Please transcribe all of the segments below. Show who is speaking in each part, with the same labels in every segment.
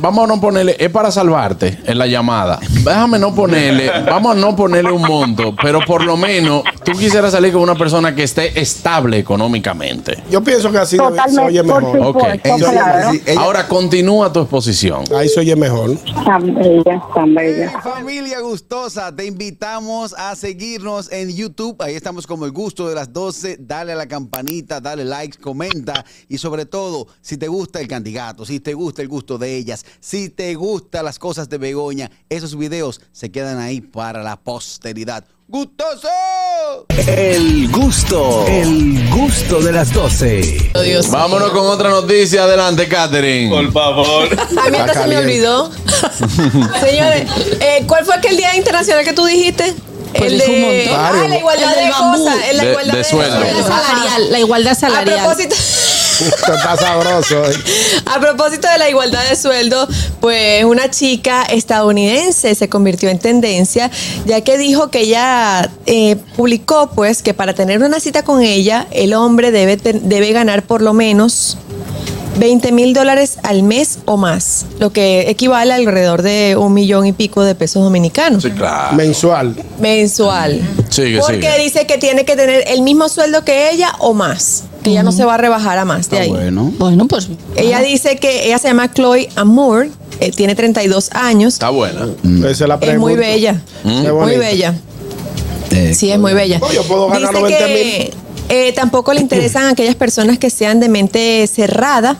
Speaker 1: Vamos a no ponerle, es para salvarte en la llamada. Déjame no ponerle, vamos a no ponerle un monto, pero por lo menos tú quisieras salir con una persona que esté estable económicamente.
Speaker 2: Yo pienso que así debe- se
Speaker 3: Totalmente,
Speaker 2: oye
Speaker 3: por
Speaker 2: mejor.
Speaker 1: Ok.
Speaker 3: supuesto,
Speaker 2: Ella-
Speaker 3: claro.
Speaker 2: sí, ella-
Speaker 1: Ahora continúa tu exposición.
Speaker 2: Ahí se oye mejor.
Speaker 3: Tan bella, tan
Speaker 4: Eh,
Speaker 3: bella.
Speaker 4: familia gustosa, te invitamos a seguirnos en YouTube. Ahí estamos como el gusto de las 12. Dale a la campanita, dale like, comenta. Y sobre todo, si te gusta el candidato, si te gusta el gusto de ellas, si te gustan las cosas de Begoña, esos videos se quedan ahí para la posteridad. ¡Gustoso!
Speaker 5: El gusto, el gusto de las 12.
Speaker 6: Dios.
Speaker 1: Vámonos con otra noticia. Adelante, Catherine.
Speaker 7: Por favor.
Speaker 6: A mí
Speaker 2: Está
Speaker 6: hasta se me
Speaker 2: caliente.
Speaker 6: olvidó. Señores, eh, ¿cuál fue aquel día internacional que tú dijiste?
Speaker 8: Pues
Speaker 6: el
Speaker 8: es un
Speaker 6: de
Speaker 8: montón.
Speaker 6: ah, la igualdad
Speaker 8: El del
Speaker 6: de
Speaker 8: bambú.
Speaker 6: cosas, el la
Speaker 1: De-
Speaker 6: igualdad
Speaker 1: de sueldo.
Speaker 6: de-
Speaker 8: La salarial, la igualdad
Speaker 6: A
Speaker 8: salarial.
Speaker 6: propósito,
Speaker 2: Esto está sabroso. eh.
Speaker 6: a propósito de la igualdad de sueldo, pues una chica estadounidense se convirtió en tendencia, ya que dijo que ella eh, publicó pues que para tener una cita con ella, el hombre debe, ten- debe ganar por lo menos 20 mil dólares al mes o más, lo que equivale a alrededor de un millón y pico de pesos dominicanos
Speaker 1: Sí, claro.
Speaker 2: Mensual.
Speaker 6: mensual.
Speaker 1: Sigue,
Speaker 6: porque
Speaker 1: sigue.
Speaker 6: dice que tiene que tener el mismo sueldo que ella o más, que ella no se va a rebajar a más
Speaker 1: Ah,
Speaker 6: de ahí.
Speaker 8: Bueno, pues.
Speaker 6: Ella dice que ella se llama Chloe Amour, eh, tiene 32 años,
Speaker 1: Está buena.
Speaker 2: Pues Esa es la
Speaker 6: es
Speaker 2: pregunta.
Speaker 6: muy bella,
Speaker 2: Mm. Qué
Speaker 6: muy
Speaker 2: bonito.
Speaker 6: bella.
Speaker 5: Eh,
Speaker 6: Sí, es muy bella.
Speaker 2: No, yo puedo ganar los 20.000.
Speaker 6: que eh, tampoco le interesan aquellas personas que sean de mente cerrada,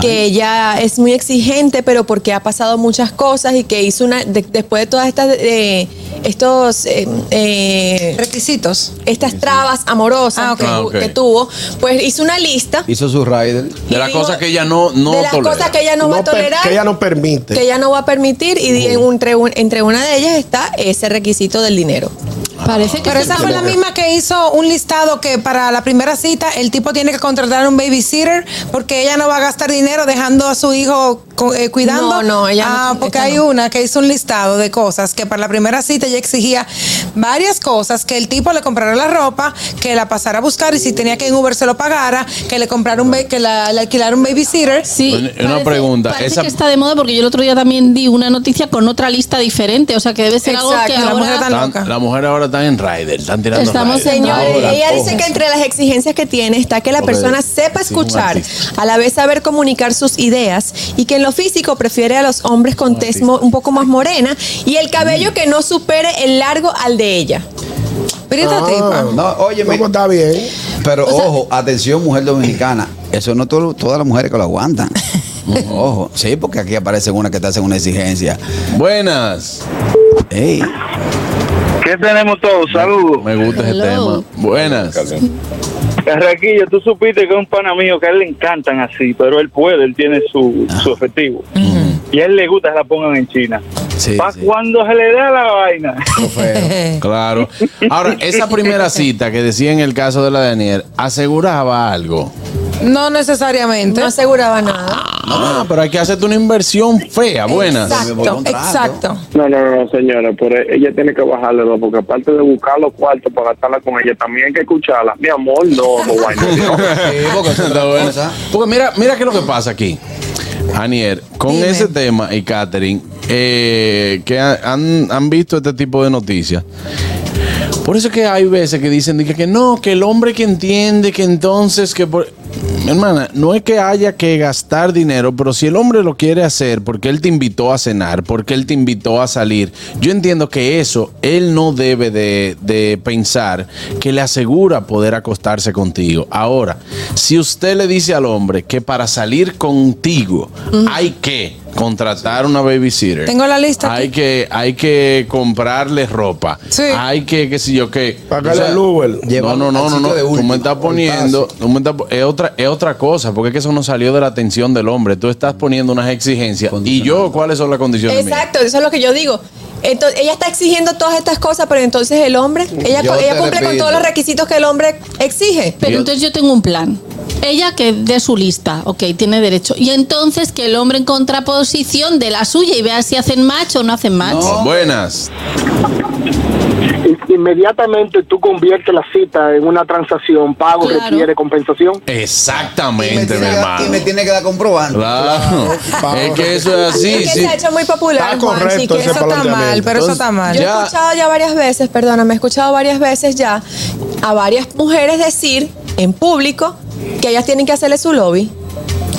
Speaker 6: que ella es muy exigente, pero porque ha pasado muchas cosas y que hizo una, de- después de todas estas, eh, estos eh, eh,
Speaker 8: Requisitos.
Speaker 6: estas trabas amorosas
Speaker 8: Ah, ok.
Speaker 6: que,
Speaker 1: Ah, ok.
Speaker 6: que tuvo, pues hizo una lista
Speaker 5: Hizo su rider.
Speaker 1: De
Speaker 6: Y
Speaker 1: las
Speaker 6: dijo-
Speaker 1: cosas que ella no, no
Speaker 6: de las
Speaker 1: tolera.
Speaker 6: cosas que ella no, va a
Speaker 2: per-
Speaker 6: tolerar,
Speaker 2: Que ella no permite.
Speaker 6: que ella no va a permitir y di- en- entre, un- entre una de ellas está ese requisito del dinero.
Speaker 8: Ah. Parece que
Speaker 9: Pero
Speaker 8: se-
Speaker 9: esa fue la misma que hizo un listado que para la primera cita el tipo tiene que contratar un babysitter porque ella no va a gastar dinero dejando a su hijo co- eh, cuidando.
Speaker 6: No, no, ella no-
Speaker 9: Ah, porque
Speaker 6: esta
Speaker 9: hay
Speaker 6: no.
Speaker 9: una que hizo un listado de cosas que para la primera cita ella exigía varias cosas, que el tipo le comprara la ropa, que la pasara a buscar y si tenía que en Uber se lo pagara, que le comprara un ba- que la, le alquilara un babysitter.
Speaker 8: Sí,
Speaker 1: Pues, Una pregunta,
Speaker 8: parece
Speaker 1: esa-
Speaker 8: que está de moda porque yo el otro día también di una noticia con otra lista diferente, o sea que debe ser algo
Speaker 9: Exacto,
Speaker 8: que
Speaker 9: la mujer
Speaker 8: ahora
Speaker 9: tan-
Speaker 1: Tan-
Speaker 9: loca.
Speaker 1: la mujer ahora está en rider, están tirando
Speaker 8: Estamos
Speaker 1: rider.
Speaker 8: en-
Speaker 6: Señores,
Speaker 1: Ahora,
Speaker 6: ella dice
Speaker 1: ojo.
Speaker 6: que entre las exigencias que tiene está que la
Speaker 1: Porque
Speaker 6: persona sepa
Speaker 1: sí, un
Speaker 6: escuchar,
Speaker 1: artista.
Speaker 6: a la vez saber comunicar sus ideas y que en lo físico prefiere a los hombres con tez mo- un poco más morena y el
Speaker 5: Mm.
Speaker 6: cabello que no supere el largo al de ella.
Speaker 9: Pero
Speaker 5: Ah.
Speaker 9: esta tipa.
Speaker 5: No, óyeme.
Speaker 2: No, pues, está bien.
Speaker 5: Pero ojo, atención, mujer dominicana. Eso no todo- todas las mujeres que lo aguantan. ojo, sí, porque aquí aparecen una que te hacen una exigencia.
Speaker 1: Buenas.
Speaker 5: Ey,
Speaker 10: ¿Qué tenemos todos? Saludos.
Speaker 1: Me gusta ese tema.
Speaker 8: Hello.
Speaker 1: Buenas.
Speaker 10: Carraquillo, tú supiste que es un pana mío que a él le encantan así, pero él puede, él tiene su, su efectivo. Y a él le gusta que la pongan en China.
Speaker 5: sí,
Speaker 10: Pa'
Speaker 5: sí,
Speaker 10: cuando se le da la vaina.
Speaker 5: fue feo.
Speaker 1: Claro. Ahora, esa primera cita que decía en el caso de la Daniel, aseguraba algo.
Speaker 9: No necesariamente.
Speaker 6: No aseguraba nada.
Speaker 1: Ah, pero hay que hacerte una inversión fea. Buenas.
Speaker 5: Por
Speaker 9: Exacto,
Speaker 5: contrato.
Speaker 9: exacto.
Speaker 10: No, no, no, señora, pero ella tiene que bajarle dos, porque aparte de buscar los cuartos para gastarla con ella, también hay que escucharla. Mi amor, no, no,
Speaker 5: Sí, porque es
Speaker 1: Está
Speaker 5: otra
Speaker 1: bueno.
Speaker 5: cosa.
Speaker 1: Porque mira, mira qué es lo que pasa aquí. Anier, con
Speaker 9: Dime.
Speaker 1: ese tema y Catherine, eh, que ha- han, han visto este tipo de noticias. Por eso es que hay veces que dicen de que, que no, que el hombre que entiende, que entonces, que por... Mi Hermana, no es que haya que gastar dinero, pero si el hombre lo quiere hacer porque él te invitó a cenar, porque él te invitó a salir, yo entiendo que eso él no debe de, de pensar que le asegura poder acostarse contigo. Ahora, si usted le dice al hombre que para salir contigo hay que contratar una babysitter,
Speaker 9: Tengo la lista
Speaker 1: hay
Speaker 9: aquí.
Speaker 1: que, hay que comprarle ropa,
Speaker 9: Sí.
Speaker 1: hay que, qué sé yo, que.
Speaker 2: Pagarle
Speaker 1: o sea,
Speaker 2: al Uber.
Speaker 1: No, no, no,
Speaker 5: Al
Speaker 1: no,
Speaker 5: sitio
Speaker 1: no.
Speaker 5: de
Speaker 1: Tú
Speaker 5: último,
Speaker 1: me estás
Speaker 5: al
Speaker 1: poniendo. tú me estás po- es, otra, es otra cosa, porque es que eso no salió de la atención del hombre. Tú estás poniendo unas exigencias. ¿Y yo cuáles son las condiciones? mías?
Speaker 6: Exacto, eso es lo que yo digo. Entonces, ella está exigiendo todas estas cosas, pero entonces el hombre, ella,
Speaker 5: Yo
Speaker 6: ella
Speaker 5: te
Speaker 6: cumple con
Speaker 5: repito.
Speaker 6: todos los requisitos que el hombre exige.
Speaker 8: Pero
Speaker 1: Dios.
Speaker 8: entonces yo tengo un plan. Ella que dé su lista, ok, tiene derecho. Y entonces que el hombre en contraposición de la suya y vea si hacen match o no hacen match.
Speaker 1: Buenas.
Speaker 3: Inmediatamente tú conviertes la cita en una transacción, pago
Speaker 8: Claro.
Speaker 3: requiere compensación.
Speaker 5: me
Speaker 1: Exactamente, mi
Speaker 5: tiene que dar- y me
Speaker 1: hermano.
Speaker 5: tiene que dar comprobante.
Speaker 1: Claro.
Speaker 2: Claro.
Speaker 1: Es que eso es así.
Speaker 6: es que
Speaker 1: Ah, sí.
Speaker 6: se ha hecho muy popular,
Speaker 2: Está
Speaker 6: Juan, sí
Speaker 2: correcto
Speaker 6: que
Speaker 2: ese
Speaker 9: Eso está mal,
Speaker 2: planteamiento.
Speaker 9: pero eso está mal.
Speaker 6: Yo
Speaker 1: Ya.
Speaker 6: he escuchado ya varias veces, perdona, me he escuchado varias veces ya a varias mujeres decir en público que ellas tienen que hacerle su lobby.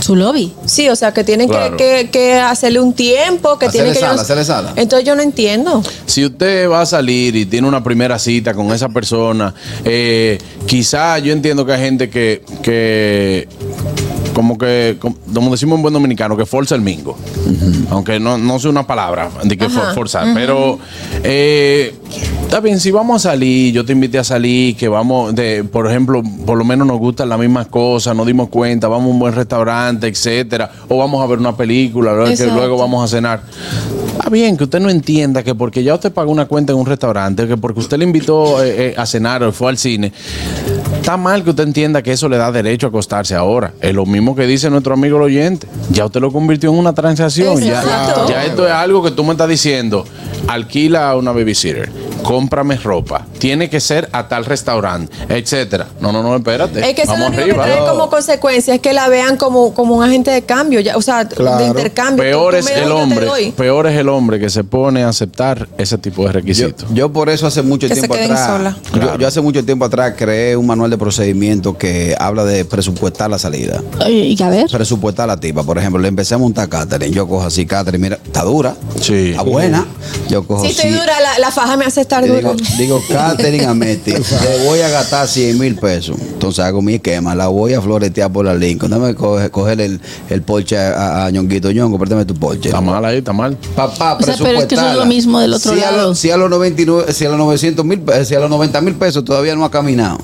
Speaker 8: Su lobby.
Speaker 6: Sí, o sea, que tienen que-
Speaker 1: Claro.
Speaker 6: que, que hacerle un tiempo, que
Speaker 5: Hacerle
Speaker 6: tienen que...
Speaker 5: sala, hacerle sala.
Speaker 6: Entonces yo no entiendo.
Speaker 1: Si usted va a salir y tiene una primera cita con esa persona, eh, quizá yo entiendo que hay gente que, que como que, com- como decimos en buen dominicano, que forza el mingo. Aunque no, no sea una palabra de que for-
Speaker 6: Ajá.
Speaker 1: forzar. Pero eh, está bien, si vamos a salir, yo te invité a salir, que vamos, de, por ejemplo, por lo menos nos gustan las mismas cosas, nos dimos cuenta, vamos a un buen restaurante, etcétera, o vamos a ver una película, luego- que
Speaker 6: Exacto.
Speaker 1: luego vamos a cenar. Está bien que usted no entienda que porque ya usted pagó una cuenta en un restaurante, que porque usted le invitó eh, eh, a cenar o fue al cine, Está mal que usted entienda que eso le da derecho a acostarse ahora. Es lo mismo que dice nuestro amigo el oyente. Ya usted lo convirtió en una transacción. Ya,
Speaker 6: Exacto.
Speaker 1: ya esto es algo que tú me estás diciendo. Alquila a una babysitter. Cómprame ropa. Tiene que ser a tal restaurante, etcétera. No, no, no, espérate.
Speaker 6: Es que eso es lo
Speaker 1: Vamos
Speaker 6: único que
Speaker 1: arriba.
Speaker 6: trae como consecuencia es que la vean como, como un agente de cambio, ya, o sea,
Speaker 2: Claro.
Speaker 6: de intercambio.
Speaker 1: Peor
Speaker 6: Tú- tú
Speaker 1: es
Speaker 6: me das,
Speaker 1: el
Speaker 6: yo te
Speaker 1: hombre.
Speaker 6: doy.
Speaker 1: Peor es el hombre que se pone a aceptar ese tipo de
Speaker 5: Yo,
Speaker 1: requisitos.
Speaker 5: yo por eso hace mucho
Speaker 9: Que se
Speaker 5: tiempo
Speaker 9: queden
Speaker 5: atrás.
Speaker 9: sola.
Speaker 5: Yo, yo hace mucho tiempo atrás creé un manual de procedimiento que habla de presupuestar la salida.
Speaker 8: Y a ver.
Speaker 5: Presupuestar la tipa. Por ejemplo, le empecé a montar a Catherine. Yo cojo así, Catherine, mira, está dura.
Speaker 1: Sí.
Speaker 5: Está buena. Yo cojo
Speaker 6: Si
Speaker 5: así.
Speaker 6: estoy dura, la, la faja me hace estar
Speaker 5: Y
Speaker 6: dura.
Speaker 5: digo, digo, Catherine Ametti, le voy a gastar 100 mil pesos. Entonces hago mi esquema, la voy a floretear por la Lincoln. Dame coge, coger el, el Porsche a, a Ñonguito Ñongo, préstame tu Porsche.
Speaker 1: Está mal ahí, está mal.
Speaker 5: Papá,
Speaker 8: O sea, pero es que eso es
Speaker 5: presupuestala.
Speaker 8: lo mismo del otro
Speaker 5: si A
Speaker 8: lado.
Speaker 5: los, si a los 99, si a los 900 mil, pe- si a los 90 mil pesos todavía no ha caminado.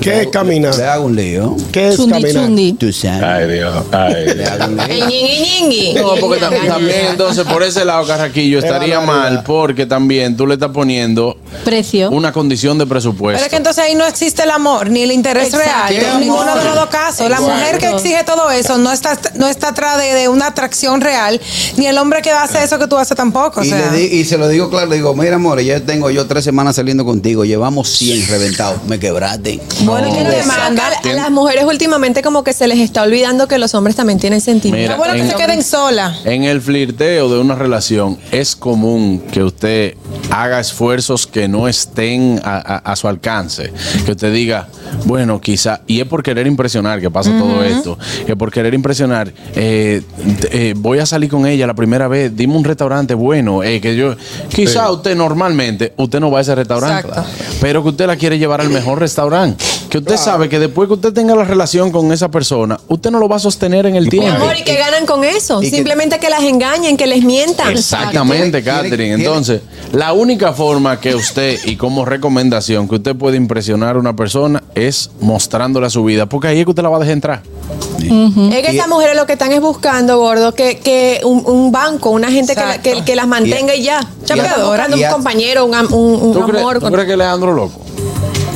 Speaker 2: ¿Qué es
Speaker 5: Le
Speaker 2: caminar?
Speaker 5: hago un lío.
Speaker 2: ¿Qué es
Speaker 8: Chundi,
Speaker 2: caminar?
Speaker 8: chundi.
Speaker 5: Tú sabes.
Speaker 1: Dios. Ay,
Speaker 5: Le hago un lío.
Speaker 6: El ñingui, ñingui.
Speaker 1: No, porque tam- también, entonces, por ese lado, Carraquillo, estaría mal, porque también tú le estás poniendo
Speaker 8: Precio.
Speaker 1: una condición de presupuesto.
Speaker 9: Pero es que entonces ahí no existe el amor ni el interés
Speaker 8: Exacto.
Speaker 9: real en
Speaker 8: Qué
Speaker 9: ninguno
Speaker 8: amor.
Speaker 9: de los dos casos. La
Speaker 8: Exacto.
Speaker 9: mujer que exige todo eso no está no está atrás de, de una atracción real ni el hombre que hace eso que tú haces tampoco. o
Speaker 5: Y,
Speaker 9: sea.
Speaker 5: le di- y se lo digo claro, le digo, mira amor, ya tengo yo tres semanas saliendo contigo, llevamos 100 reventados, me quebraste.
Speaker 6: Bueno, que
Speaker 9: No.
Speaker 6: lo demanda. A las mujeres últimamente como que se les está olvidando que los hombres también tienen sentimientos.
Speaker 1: Mira,
Speaker 9: Lo bueno es que se
Speaker 1: en-
Speaker 9: queden solas.
Speaker 1: En el flirteo de una relación es común que usted haga esfuerzos que no estén a, a- a su alcance. Que usted diga, bueno, quizá, y es por querer impresionar que pasa todo esto, que por querer impresionar, eh, t- eh, voy a salir con ella la primera vez, dime un restaurante bueno, eh, que yo, quizá usted normalmente, usted no va a ese restaurante,
Speaker 9: Exacto.
Speaker 1: pero que usted la quiere llevar al mejor restaurante. Que usted sabe que después que usted tenga la relación con esa persona, usted no lo va a sostener en el
Speaker 6: Mi
Speaker 1: tiempo.
Speaker 6: amor, ¿y qué ganan con eso?
Speaker 5: y que-
Speaker 6: Simplemente que las engañen, que les mientan.
Speaker 1: Exactamente,
Speaker 5: Tiene- tiene-
Speaker 1: Catherine.
Speaker 5: tiene-
Speaker 1: Entonces, la única forma que usted y como recomendación que usted puede impresionar a una persona es mostrándole a su vida, porque ahí es que usted la va a dejar entrar.
Speaker 6: Es que esas mujeres lo que están es buscando, gordo, que, que un, un banco, una gente que, la-
Speaker 9: Exacto.
Speaker 6: que, que las mantenga y ya. Ya
Speaker 5: y a-
Speaker 6: me buscando
Speaker 5: y a-
Speaker 6: un compañero, un, am- un, un
Speaker 1: ¿Tú, crees-
Speaker 6: amor.
Speaker 1: tú
Speaker 6: con-
Speaker 1: crees que Leandro es loco?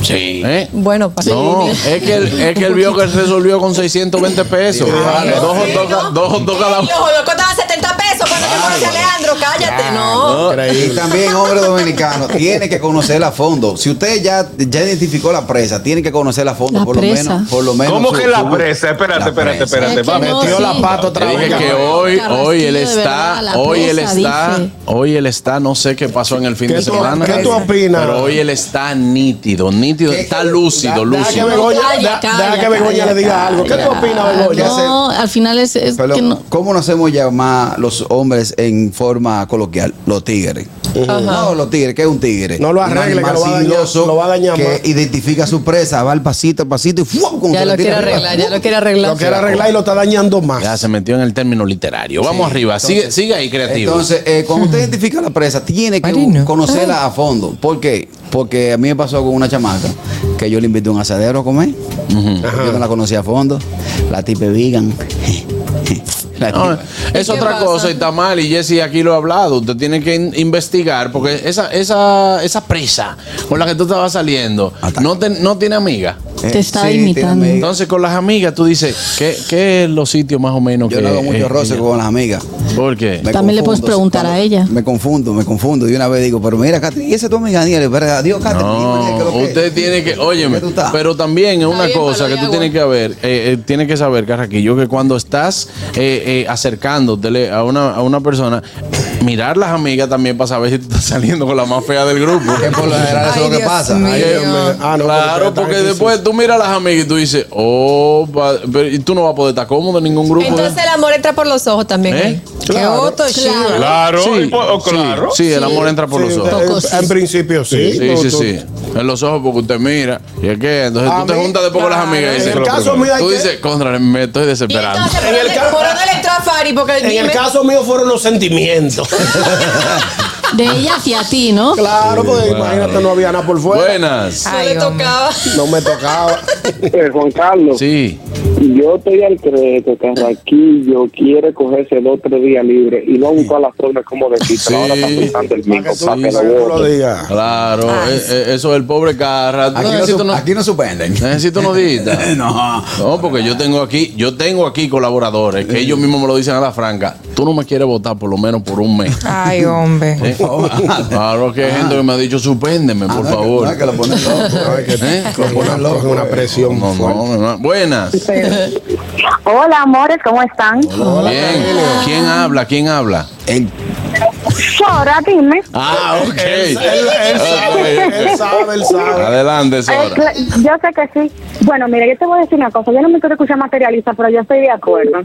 Speaker 1: Sí.
Speaker 6: Bueno, pues, para
Speaker 1: No, es que, él, es que él vio que él resolvió con 620 pesos. Vale, dos hot dogs a- dos hot dogs a la-
Speaker 6: Los holocotas a 70 pesos cuando te conoce a Leandro, cállate, no.
Speaker 5: Y
Speaker 2: Ah, Increíble.
Speaker 5: también, hombre dominicano, tiene que conocerla a fondo. Si usted ya, ya identificó la presa, tiene que conocerla a fondo,
Speaker 8: La
Speaker 5: por
Speaker 8: presa.
Speaker 5: lo menos. Por lo menos
Speaker 10: ¿Cómo
Speaker 5: su-
Speaker 10: que la
Speaker 5: su-
Speaker 10: presa? Espérate,
Speaker 5: la
Speaker 10: espérate,
Speaker 5: presa.
Speaker 10: espérate.
Speaker 8: Es que
Speaker 10: vamos.
Speaker 8: no,
Speaker 2: Metió la
Speaker 8: sí.
Speaker 2: pata otra
Speaker 1: Te dije
Speaker 2: vez.
Speaker 1: que hoy, hoy él
Speaker 8: Carrasquillo, de verdad,
Speaker 1: está,
Speaker 8: a la
Speaker 1: hoy él
Speaker 8: presa,
Speaker 1: está,
Speaker 8: dije. ah,
Speaker 1: hoy él está, no sé qué pasó en el fin
Speaker 2: ¿Qué
Speaker 1: de
Speaker 2: tú-
Speaker 1: semana. eh,
Speaker 2: qué tú opinas?
Speaker 1: Pero hoy él está nítido, nítido,
Speaker 5: ¿Qué-
Speaker 1: está lúcido,
Speaker 5: Da- da
Speaker 2: Deja que
Speaker 1: lúcido.
Speaker 2: Begoña,
Speaker 8: Calla,
Speaker 2: da-
Speaker 8: calla,
Speaker 2: deja que Begoña
Speaker 8: calla,
Speaker 2: le diga algo. ¿Qué tú
Speaker 5: calla.
Speaker 2: opinas,
Speaker 8: Ah,
Speaker 2: Begoña?
Speaker 8: No, al final es, es
Speaker 5: Pero,
Speaker 8: que no.
Speaker 5: ¿Cómo nos hacemos llamar los hombres en forma coloquial? Los tigres. No, los tigres, ¿qué es un tigre?
Speaker 2: No lo arregle,
Speaker 5: Un animal
Speaker 2: que lo va a dañar,
Speaker 5: sigiloso
Speaker 2: lo va a dañar más.
Speaker 5: Que identifica a su presa, va al pasito, al pasito y ¡fuau! Como
Speaker 6: Ya
Speaker 5: que
Speaker 6: lo
Speaker 5: le tira
Speaker 6: quiere
Speaker 5: arriba.
Speaker 6: arreglar, ya lo quiere arreglar.
Speaker 2: Lo quiere arreglar y lo está dañando
Speaker 1: Ya
Speaker 2: más.
Speaker 1: se metió en el término literario. Vamos arriba, sigue, sigue ahí creativo.
Speaker 5: Entonces, eh, cuando usted identifica a la presa, tiene que
Speaker 9: Marino.
Speaker 5: conocerla a fondo. ¿Por qué? Porque a mí me pasó con una chamaca que yo le invité un asadero a comer. Yo no la conocía a fondo. La tipe vegan. La
Speaker 1: No,
Speaker 5: tipa-
Speaker 1: es
Speaker 6: qué
Speaker 1: otra
Speaker 6: pasa?
Speaker 1: cosa y está mal. Y Jesse aquí lo ha hablado. Usted tiene que in- investigar porque esa, esa, esa presa con la que tú estabas saliendo
Speaker 5: Ataca.
Speaker 1: no, te- no tiene amiga.
Speaker 8: Te estaba
Speaker 5: sí,
Speaker 8: imitando.
Speaker 5: tírame.
Speaker 1: Entonces, con las amigas, tú dices, ¿qué, qué es los sitios más o menos
Speaker 5: Yo
Speaker 1: que.
Speaker 5: no hago mucho
Speaker 1: eh,
Speaker 5: roce
Speaker 1: ella-
Speaker 5: con las amigas.
Speaker 1: ¿Por qué?
Speaker 5: Me
Speaker 8: También le puedes
Speaker 5: confundo,
Speaker 8: preguntar
Speaker 5: cuando-
Speaker 8: a ella.
Speaker 5: Me confundo, me confundo. Y una vez digo, pero mira, Catherine, ¿y esa es tu amiga Daniela? Pero, Adiós, Catherine. oye, ¿qué es
Speaker 1: No,
Speaker 5: lo que es?
Speaker 1: usted tiene que, óyeme,
Speaker 5: ¿Qué tú estás?
Speaker 1: pero también es una
Speaker 6: bien,
Speaker 1: cosa
Speaker 6: palo de
Speaker 1: que tú
Speaker 6: agua.
Speaker 1: tienes que haber, eh, eh, tienes que saber, Carraquillo, que cuando estás eh, eh, acercándotele a una, a una persona, mirar las amigas también para saber si tú estás saliendo con la más fea del grupo.
Speaker 5: Que por lo general eso
Speaker 9: Ay,
Speaker 5: es lo que
Speaker 9: Dios
Speaker 5: pasa.
Speaker 9: mío.
Speaker 5: Ay,
Speaker 9: Dios mío.
Speaker 2: Ah, no,
Speaker 1: claro, porque
Speaker 2: está
Speaker 1: después tú miras a las amigas y tú dices, oh, pa- pero y tú no vas a poder estar cómodo en ningún grupo.
Speaker 6: Entonces el amor entra por los ojos también.
Speaker 1: ¿Eh?
Speaker 6: ahí.
Speaker 9: Qué otro chiva.
Speaker 10: Claro, y
Speaker 1: sí,
Speaker 10: po- o
Speaker 1: sí,
Speaker 10: claro.
Speaker 1: sí, el amor entra por
Speaker 2: Sí,
Speaker 1: los ojos.
Speaker 2: en-
Speaker 8: Poco sí.
Speaker 2: En principio sí.
Speaker 1: Sí,
Speaker 2: no,
Speaker 1: sí,
Speaker 2: tú-
Speaker 1: sí. En los ojos porque usted mira. Y es que entonces
Speaker 2: A
Speaker 1: tú te
Speaker 2: mí,
Speaker 1: juntas después con las
Speaker 2: claro,
Speaker 1: amigas y
Speaker 2: en
Speaker 1: dices,
Speaker 2: el caso mío hay
Speaker 1: tú
Speaker 2: que-
Speaker 1: dices, contra, me estoy
Speaker 6: Y
Speaker 1: desesperando.
Speaker 6: entonces,
Speaker 2: En el ca-
Speaker 6: ¿por dónde le entró a Fari? Porque
Speaker 2: En el
Speaker 6: dime-
Speaker 2: caso mío fueron los sentimientos.
Speaker 8: De ella hacia ti, ¿no?
Speaker 2: claro, porque imagínate, no había nada por fuera.
Speaker 1: Buenas.
Speaker 6: no le
Speaker 9: Ay, hombre.
Speaker 6: tocaba.
Speaker 2: No me tocaba.
Speaker 3: Eh, Juan Carlos,
Speaker 1: Sí.
Speaker 3: yo estoy al creer que Carraquillo quiere cogerse el otro día libre y no a buscar la forma como decir.
Speaker 1: Sí.
Speaker 3: Ahora está pensando el
Speaker 2: Para
Speaker 3: mismo,
Speaker 2: que tú,
Speaker 3: para que
Speaker 2: para que
Speaker 3: lo
Speaker 2: tú lo
Speaker 3: vote.
Speaker 2: digas.
Speaker 1: Claro.
Speaker 6: Ay,
Speaker 1: eh,
Speaker 6: sí.
Speaker 1: eh, eso del pobre carra.
Speaker 5: Aquí, no,
Speaker 1: necesito
Speaker 5: su-
Speaker 1: una,
Speaker 5: aquí no suspenden.
Speaker 1: necesito una dita.
Speaker 5: no.
Speaker 1: No, porque yo tengo aquí, yo tengo aquí colaboradores que ellos mismos me lo dicen a la franca. Tú no me quieres votar por lo menos por un mes.
Speaker 9: Ay, hombre.
Speaker 1: ¿eh? Claro
Speaker 2: Ah.
Speaker 1: que hay gente que me ha dicho, suspéndeme,
Speaker 5: Ah,
Speaker 1: por
Speaker 5: no, es que-
Speaker 1: favor.
Speaker 5: no, es que lo ponen loco.
Speaker 2: Ay, que
Speaker 1: ¿Eh?
Speaker 2: te- coge una, coge una presión.
Speaker 1: No,
Speaker 2: fuerte.
Speaker 1: no, no. Buenas.
Speaker 7: Hola, amores, ¿cómo están?
Speaker 1: Bien. ¿Quién habla? ¿Quién habla?
Speaker 5: En-
Speaker 7: Sora, dime.
Speaker 1: Ah, ok.
Speaker 2: Él, él sabe, él sabe, él sabe.
Speaker 1: Adelante,
Speaker 7: Eh,
Speaker 1: Sora.
Speaker 7: cla- yo sé que sí. Bueno, mira, yo te voy a decir una cosa. Yo no me quiero escuchar materialista, pero yo estoy de acuerdo.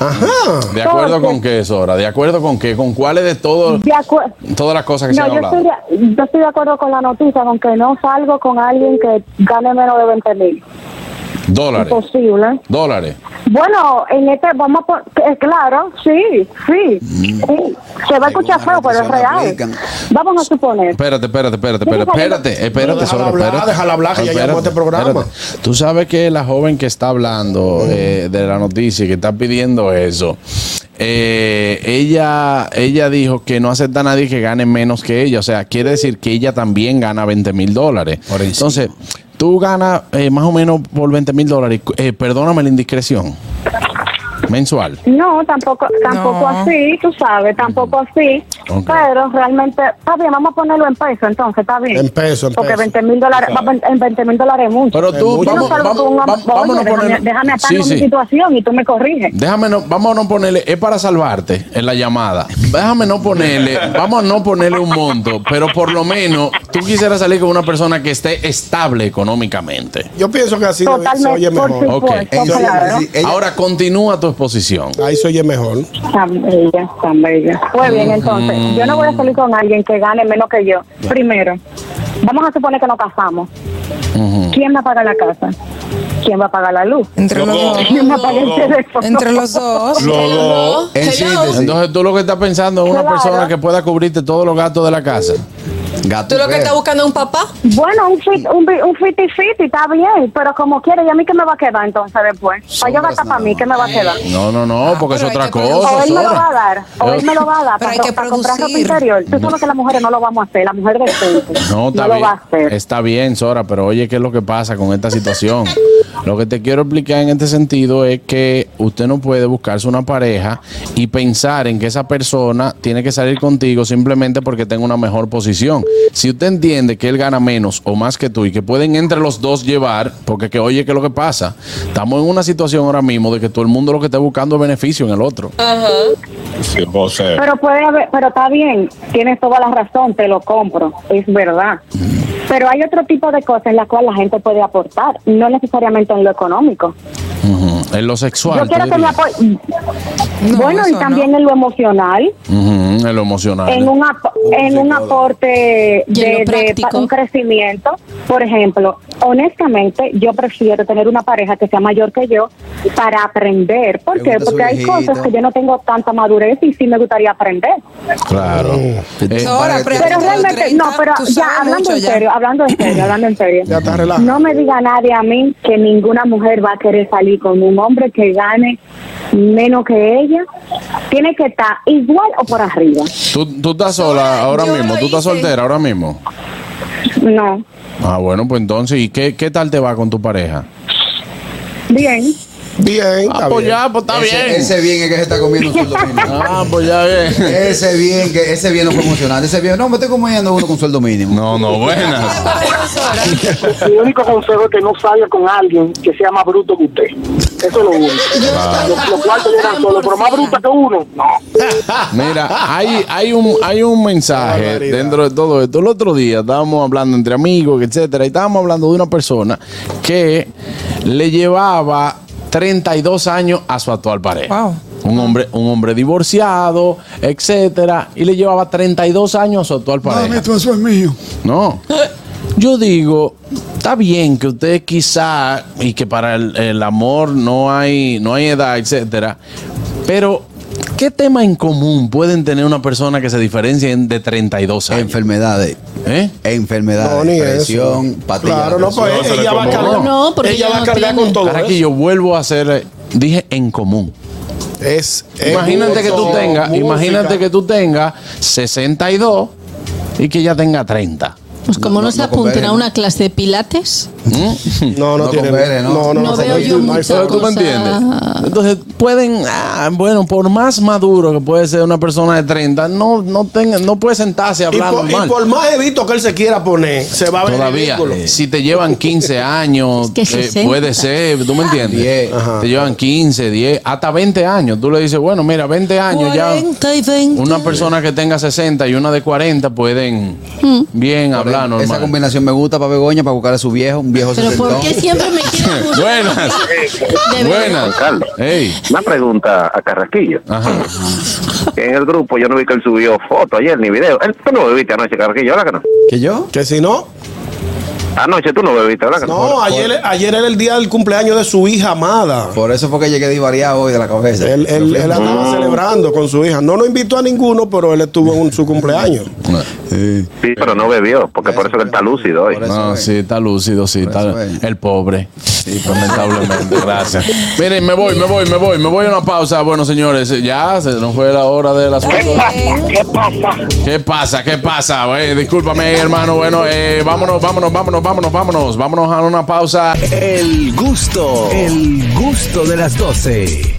Speaker 2: Ajá.
Speaker 1: ¿De acuerdo con qué, Sora? ¿De acuerdo con qué? ¿Con cuáles de todo,
Speaker 7: De acuerdo.
Speaker 1: todas las cosas que Oh. se
Speaker 7: No,
Speaker 1: han
Speaker 7: yo estoy,
Speaker 1: hablado?
Speaker 7: de, yo estoy de acuerdo con la noticia, aunque no salgo con alguien que gane menos de 20 mil.
Speaker 1: Dólares.
Speaker 7: Posible.
Speaker 1: Dólares.
Speaker 7: Bueno, en este, vamos a pon- eh, claro, sí, sí, sí. Se va a escuchar feo, pero es
Speaker 5: noticia la
Speaker 7: real.
Speaker 5: aplican.
Speaker 7: Vamos a suponer.
Speaker 1: Espérate, espérate, espérate, espérate, espérate, espérate,
Speaker 2: déjala
Speaker 1: Sora,
Speaker 2: hablar,
Speaker 1: espérate.
Speaker 2: déjala hablar, que ya
Speaker 1: Espérate,
Speaker 2: llamó a este programa. Mm.
Speaker 1: espérate. Tú sabes que la joven que está hablando eh, de la noticia y que está pidiendo eso, eh, ella, ella dijo que no acepta a nadie que gane menos que ella. O sea, quiere decir que ella también gana 20 mil dólares.
Speaker 5: Por encima.
Speaker 1: Entonces, tú ganas eh, más o menos por 20 mil dólares. Eh, perdóname la indiscreción. Mensual.
Speaker 7: No, tampoco, tampoco
Speaker 9: No.
Speaker 7: así, tú sabes, tampoco así.
Speaker 1: Ok.
Speaker 7: Pero realmente, está bien, vamos a ponerlo en peso, entonces, está bien.
Speaker 2: En peso, en
Speaker 7: Porque
Speaker 2: peso.
Speaker 7: 20 mil dólares, va- en 20 mil dólares es mucho.
Speaker 1: Pero tú,
Speaker 7: Yo no
Speaker 1: vamos,
Speaker 7: salgo
Speaker 1: vamos,
Speaker 7: con un am-
Speaker 1: vamos,
Speaker 7: Oye,
Speaker 1: vámonos a
Speaker 7: déjame,
Speaker 1: poner-
Speaker 7: déjame
Speaker 1: Sí,
Speaker 7: atarme a
Speaker 1: sí.
Speaker 7: mi situación y tú me corriges.
Speaker 1: Déjame no, vamos a no ponerle, es para salvarte en la llamada. Déjame no ponerle, vamos a no ponerle un monto, pero por lo menos tú quisieras salir con una persona que esté estable económicamente.
Speaker 2: Yo pienso que así debe- se oye
Speaker 7: Totalmente, por
Speaker 2: mejor.
Speaker 1: Ok.
Speaker 7: supuesto,
Speaker 5: en-
Speaker 7: claro.
Speaker 5: sí, ella-
Speaker 1: Ahora continúa tu exposición.
Speaker 2: Ahí se oye mejor.
Speaker 7: Tan bella, tan bella. Muy bien, entonces, yo no voy a salir con alguien que gane menos que yo. Primero, vamos a suponer que nos casamos. ¿Quién va a pagar la casa? ¿Quién va a pagar la luz?
Speaker 9: Entre los dos.
Speaker 7: ¿Quién va a
Speaker 1: Oh.
Speaker 7: pagar el teléfono?
Speaker 9: Entre los dos.
Speaker 6: Hello.
Speaker 5: en
Speaker 6: Hello.
Speaker 5: síntesis,
Speaker 1: Entonces tú lo que estás pensando es una
Speaker 7: Claro.
Speaker 1: persona que pueda cubrirte todos los gastos de la casa.
Speaker 5: gato
Speaker 6: Tú
Speaker 5: y
Speaker 6: lo que
Speaker 5: perro.
Speaker 6: estás buscando es un papá.
Speaker 7: Bueno, un fit, un, bi- un fiti fiti está bien, pero como quiera, ¿y a mí qué me va a quedar entonces después? Para yo gastar para mí, ¿qué me va a quedar?
Speaker 1: No, no, no, porque es
Speaker 9: pero hay
Speaker 1: otra
Speaker 9: que poner-
Speaker 1: cosa.
Speaker 7: O él me lo
Speaker 1: Sora.
Speaker 7: va a dar, o él me lo va a dar para,
Speaker 9: Pero hay que
Speaker 7: para comprar ropa
Speaker 9: producir.
Speaker 7: interior. Tú sabes que las mujeres no lo vamos a hacer, la mujer del centro
Speaker 1: No, está
Speaker 7: lo
Speaker 1: bien.
Speaker 7: va a hacer.
Speaker 1: Está bien, Sora, pero oye, ¿qué es lo que pasa con esta situación? lo que te quiero explicar en este sentido es que usted no puede buscarse una pareja y pensar en que esa persona tiene que salir contigo simplemente porque tenga una mejor posición. Si usted entiende que él gana menos o más que tú y que pueden entre los dos llevar, porque que oye, ¿qué es lo que pasa? Estamos en una situación ahora mismo de que todo el mundo lo que está buscando es beneficio en el otro.
Speaker 7: Ah.
Speaker 10: Sí, o sea,
Speaker 7: Pero puede haber, pero está bien, tienes toda la razón, te lo compro, es verdad. Pero hay otro tipo de cosas en las cuales la gente puede aportar, no necesariamente en lo económico.
Speaker 1: Ujú. En lo sexual.
Speaker 7: Yo quiero
Speaker 1: tú
Speaker 7: que me
Speaker 1: dirías.
Speaker 7: apoyen.
Speaker 9: No,
Speaker 7: bueno, y
Speaker 9: eso
Speaker 7: también en lo emocional,
Speaker 1: Ujú, En lo emocional.
Speaker 7: en un, ap- en un aporte
Speaker 8: Y en
Speaker 7: de,
Speaker 8: lo
Speaker 7: de
Speaker 8: práctico.
Speaker 7: pa- un crecimiento. Por ejemplo, honestamente, yo prefiero tener una pareja que sea mayor que yo para aprender. ¿Por qué?
Speaker 5: gusta su
Speaker 7: Porque hay
Speaker 5: viejito.
Speaker 7: cosas que yo no tengo tanta madurez y sí me gustaría aprender.
Speaker 1: Claro. Eh,
Speaker 9: Ahora,
Speaker 7: Pero realmente, no, pero
Speaker 9: tú sabes
Speaker 7: ya hablando
Speaker 9: mucho
Speaker 7: en
Speaker 9: ya.
Speaker 7: serio, hablando en serio, hablando en serio.
Speaker 2: Ya está relajado.
Speaker 7: No me diga nadie a mí que ninguna mujer va a querer salir con un hombre que gane menos que ella. Tiene que estar igual o por arriba.
Speaker 1: ¿Tú, tú estás sola
Speaker 6: Sola,
Speaker 1: ahora
Speaker 6: yo
Speaker 1: mismo?
Speaker 6: lo
Speaker 1: ¿Tú estás
Speaker 6: hice.
Speaker 1: soltera ahora mismo?
Speaker 7: No.
Speaker 1: Ah, bueno, pues entonces, ¿y qué, qué tal te va con tu pareja?
Speaker 7: Bien.
Speaker 2: Bien,
Speaker 1: Ah,
Speaker 2: está
Speaker 1: pues
Speaker 2: bien.
Speaker 1: ya, pues está
Speaker 5: ese,
Speaker 1: bien.
Speaker 5: Ese bien es que se está comiendo un sueldo mínimo.
Speaker 1: Ah, pues ya bien.
Speaker 5: Ese bien, que ese bien no fue emocionante. Ese bien, no, me estoy comiendo uno con sueldo mínimo.
Speaker 1: No, no, buenas.
Speaker 3: Mi único consejo es que no salga con alguien que sea más bruto que usted. Eso es lo único. Los, los cuartos llegan solos, pero más bruto que uno, no.
Speaker 1: Mira, hay, hay, un, hay un mensaje
Speaker 2: barbaridad.
Speaker 1: dentro de todo esto. El otro día estábamos hablando entre amigos, etcétera, y estábamos hablando de una persona que le llevaba 32 años a su actual pareja.
Speaker 9: Wow.
Speaker 1: Un hombre, un hombre divorciado, etcétera, y le llevaba 32 años a su actual pareja.
Speaker 2: eso es mío.
Speaker 1: No. Yo digo, está bien que usted quizá y que para el, el amor no hay no hay edad, etcétera, pero ¿qué tema en común pueden tener una persona que se diferencia en- de 32 años?
Speaker 5: Enfermedades.
Speaker 1: ¿eh?
Speaker 5: Enfermedades.
Speaker 2: No, ni
Speaker 5: presión,
Speaker 2: eso.
Speaker 5: pastillas de
Speaker 2: Claro, no,
Speaker 5: presión.
Speaker 2: pues
Speaker 10: No, se le
Speaker 2: ella va a
Speaker 10: acomodó.
Speaker 2: cargar,
Speaker 8: No, porque
Speaker 2: ella
Speaker 8: ella
Speaker 2: va a
Speaker 8: no
Speaker 2: cargar
Speaker 8: tiene.
Speaker 2: con todo
Speaker 1: Ahora aquí
Speaker 2: eso.
Speaker 1: yo vuelvo a hacer, eh, dije en común.
Speaker 2: Es, es
Speaker 1: Imagínate que tú
Speaker 2: mucho,
Speaker 1: tengas,
Speaker 2: música.
Speaker 1: imagínate que tú tengas 62 y que ella tenga 30.
Speaker 8: Pues como no,
Speaker 5: no
Speaker 8: se apunten
Speaker 5: convenio.
Speaker 8: a una clase de pilates,
Speaker 2: No, no,
Speaker 5: No
Speaker 2: tiene.
Speaker 5: compare, ¿no?
Speaker 2: no, no,
Speaker 8: No
Speaker 2: se
Speaker 8: veo
Speaker 2: puede,
Speaker 8: yo
Speaker 2: no hay
Speaker 8: mucha
Speaker 1: Pero
Speaker 2: forma.
Speaker 1: tú me
Speaker 8: cosa-
Speaker 1: entiendes. Entonces, pueden, ah, bueno, por más maduro que puede ser una persona de 30, no, no, tenga, no puede sentarse a
Speaker 2: Y
Speaker 1: hablar
Speaker 2: por, y
Speaker 1: normal.
Speaker 2: por más evito que él se quiera poner, se va a ver
Speaker 1: Todavía, eh,
Speaker 2: ridículo.
Speaker 1: si te llevan 15 años,
Speaker 8: Es que
Speaker 1: eh,
Speaker 8: 60.
Speaker 1: puede ser, tú me entiendes.
Speaker 5: Diez.
Speaker 1: Te llevan 15, 10, hasta 20 años. Tú le dices, bueno, mira, 20 años ya.
Speaker 9: y 20.
Speaker 1: Una persona que tenga 60 y una de 40 pueden
Speaker 8: Hmm.
Speaker 1: bien hablar normal.
Speaker 5: Esa combinación me gusta para Begoña, para buscar a su viejo, un viejo
Speaker 8: pero ¿por
Speaker 5: sesentón.
Speaker 8: qué siempre me quieren acusar?
Speaker 1: Buenas,
Speaker 8: De verdad.
Speaker 1: buenas.
Speaker 10: Carlos.
Speaker 1: Ey,
Speaker 10: Una pregunta a Carraquillo.
Speaker 1: ajá.
Speaker 10: En el grupo yo no vi que él subió foto ayer ni video. Él, tú no bebiste anoche, Carraquillo, ¿verdad que no?
Speaker 5: ¿Que yo?
Speaker 2: Que si no,
Speaker 10: Anoche tú no bebiste, ¿verdad que no?
Speaker 2: no, ayer, ayer era el día del cumpleaños de su hija amada.
Speaker 5: Por eso fue que llegué divariado hoy de la cabeza.
Speaker 2: Él, él, él andaba celebrando con su hija. No lo invitó a ninguno, pero él estuvo en su cumpleaños.
Speaker 5: Sí.
Speaker 10: Sí, pero no bebió, porque por eso que él está lúcido hoy.
Speaker 5: Por eso
Speaker 1: No,
Speaker 5: es.
Speaker 1: sí, está lúcido, sí,
Speaker 5: Por
Speaker 1: está
Speaker 5: eso es.
Speaker 1: el pobre. Sí, lamentablemente, gracias. Miren, me voy, me voy, me voy, me voy a una pausa. Bueno, señores, ya se nos fue la hora de las
Speaker 3: ¿Qué
Speaker 1: cuatro.
Speaker 9: Eh,
Speaker 3: pasa? ¿Qué pasa?
Speaker 1: ¿Qué pasa? ¿Qué pasa? Eh, discúlpame, hermano. Bueno, eh, vámonos, vámonos, vámonos, vámonos, vámonos. Vámonos a una pausa.
Speaker 11: El gusto, el gusto de las 12.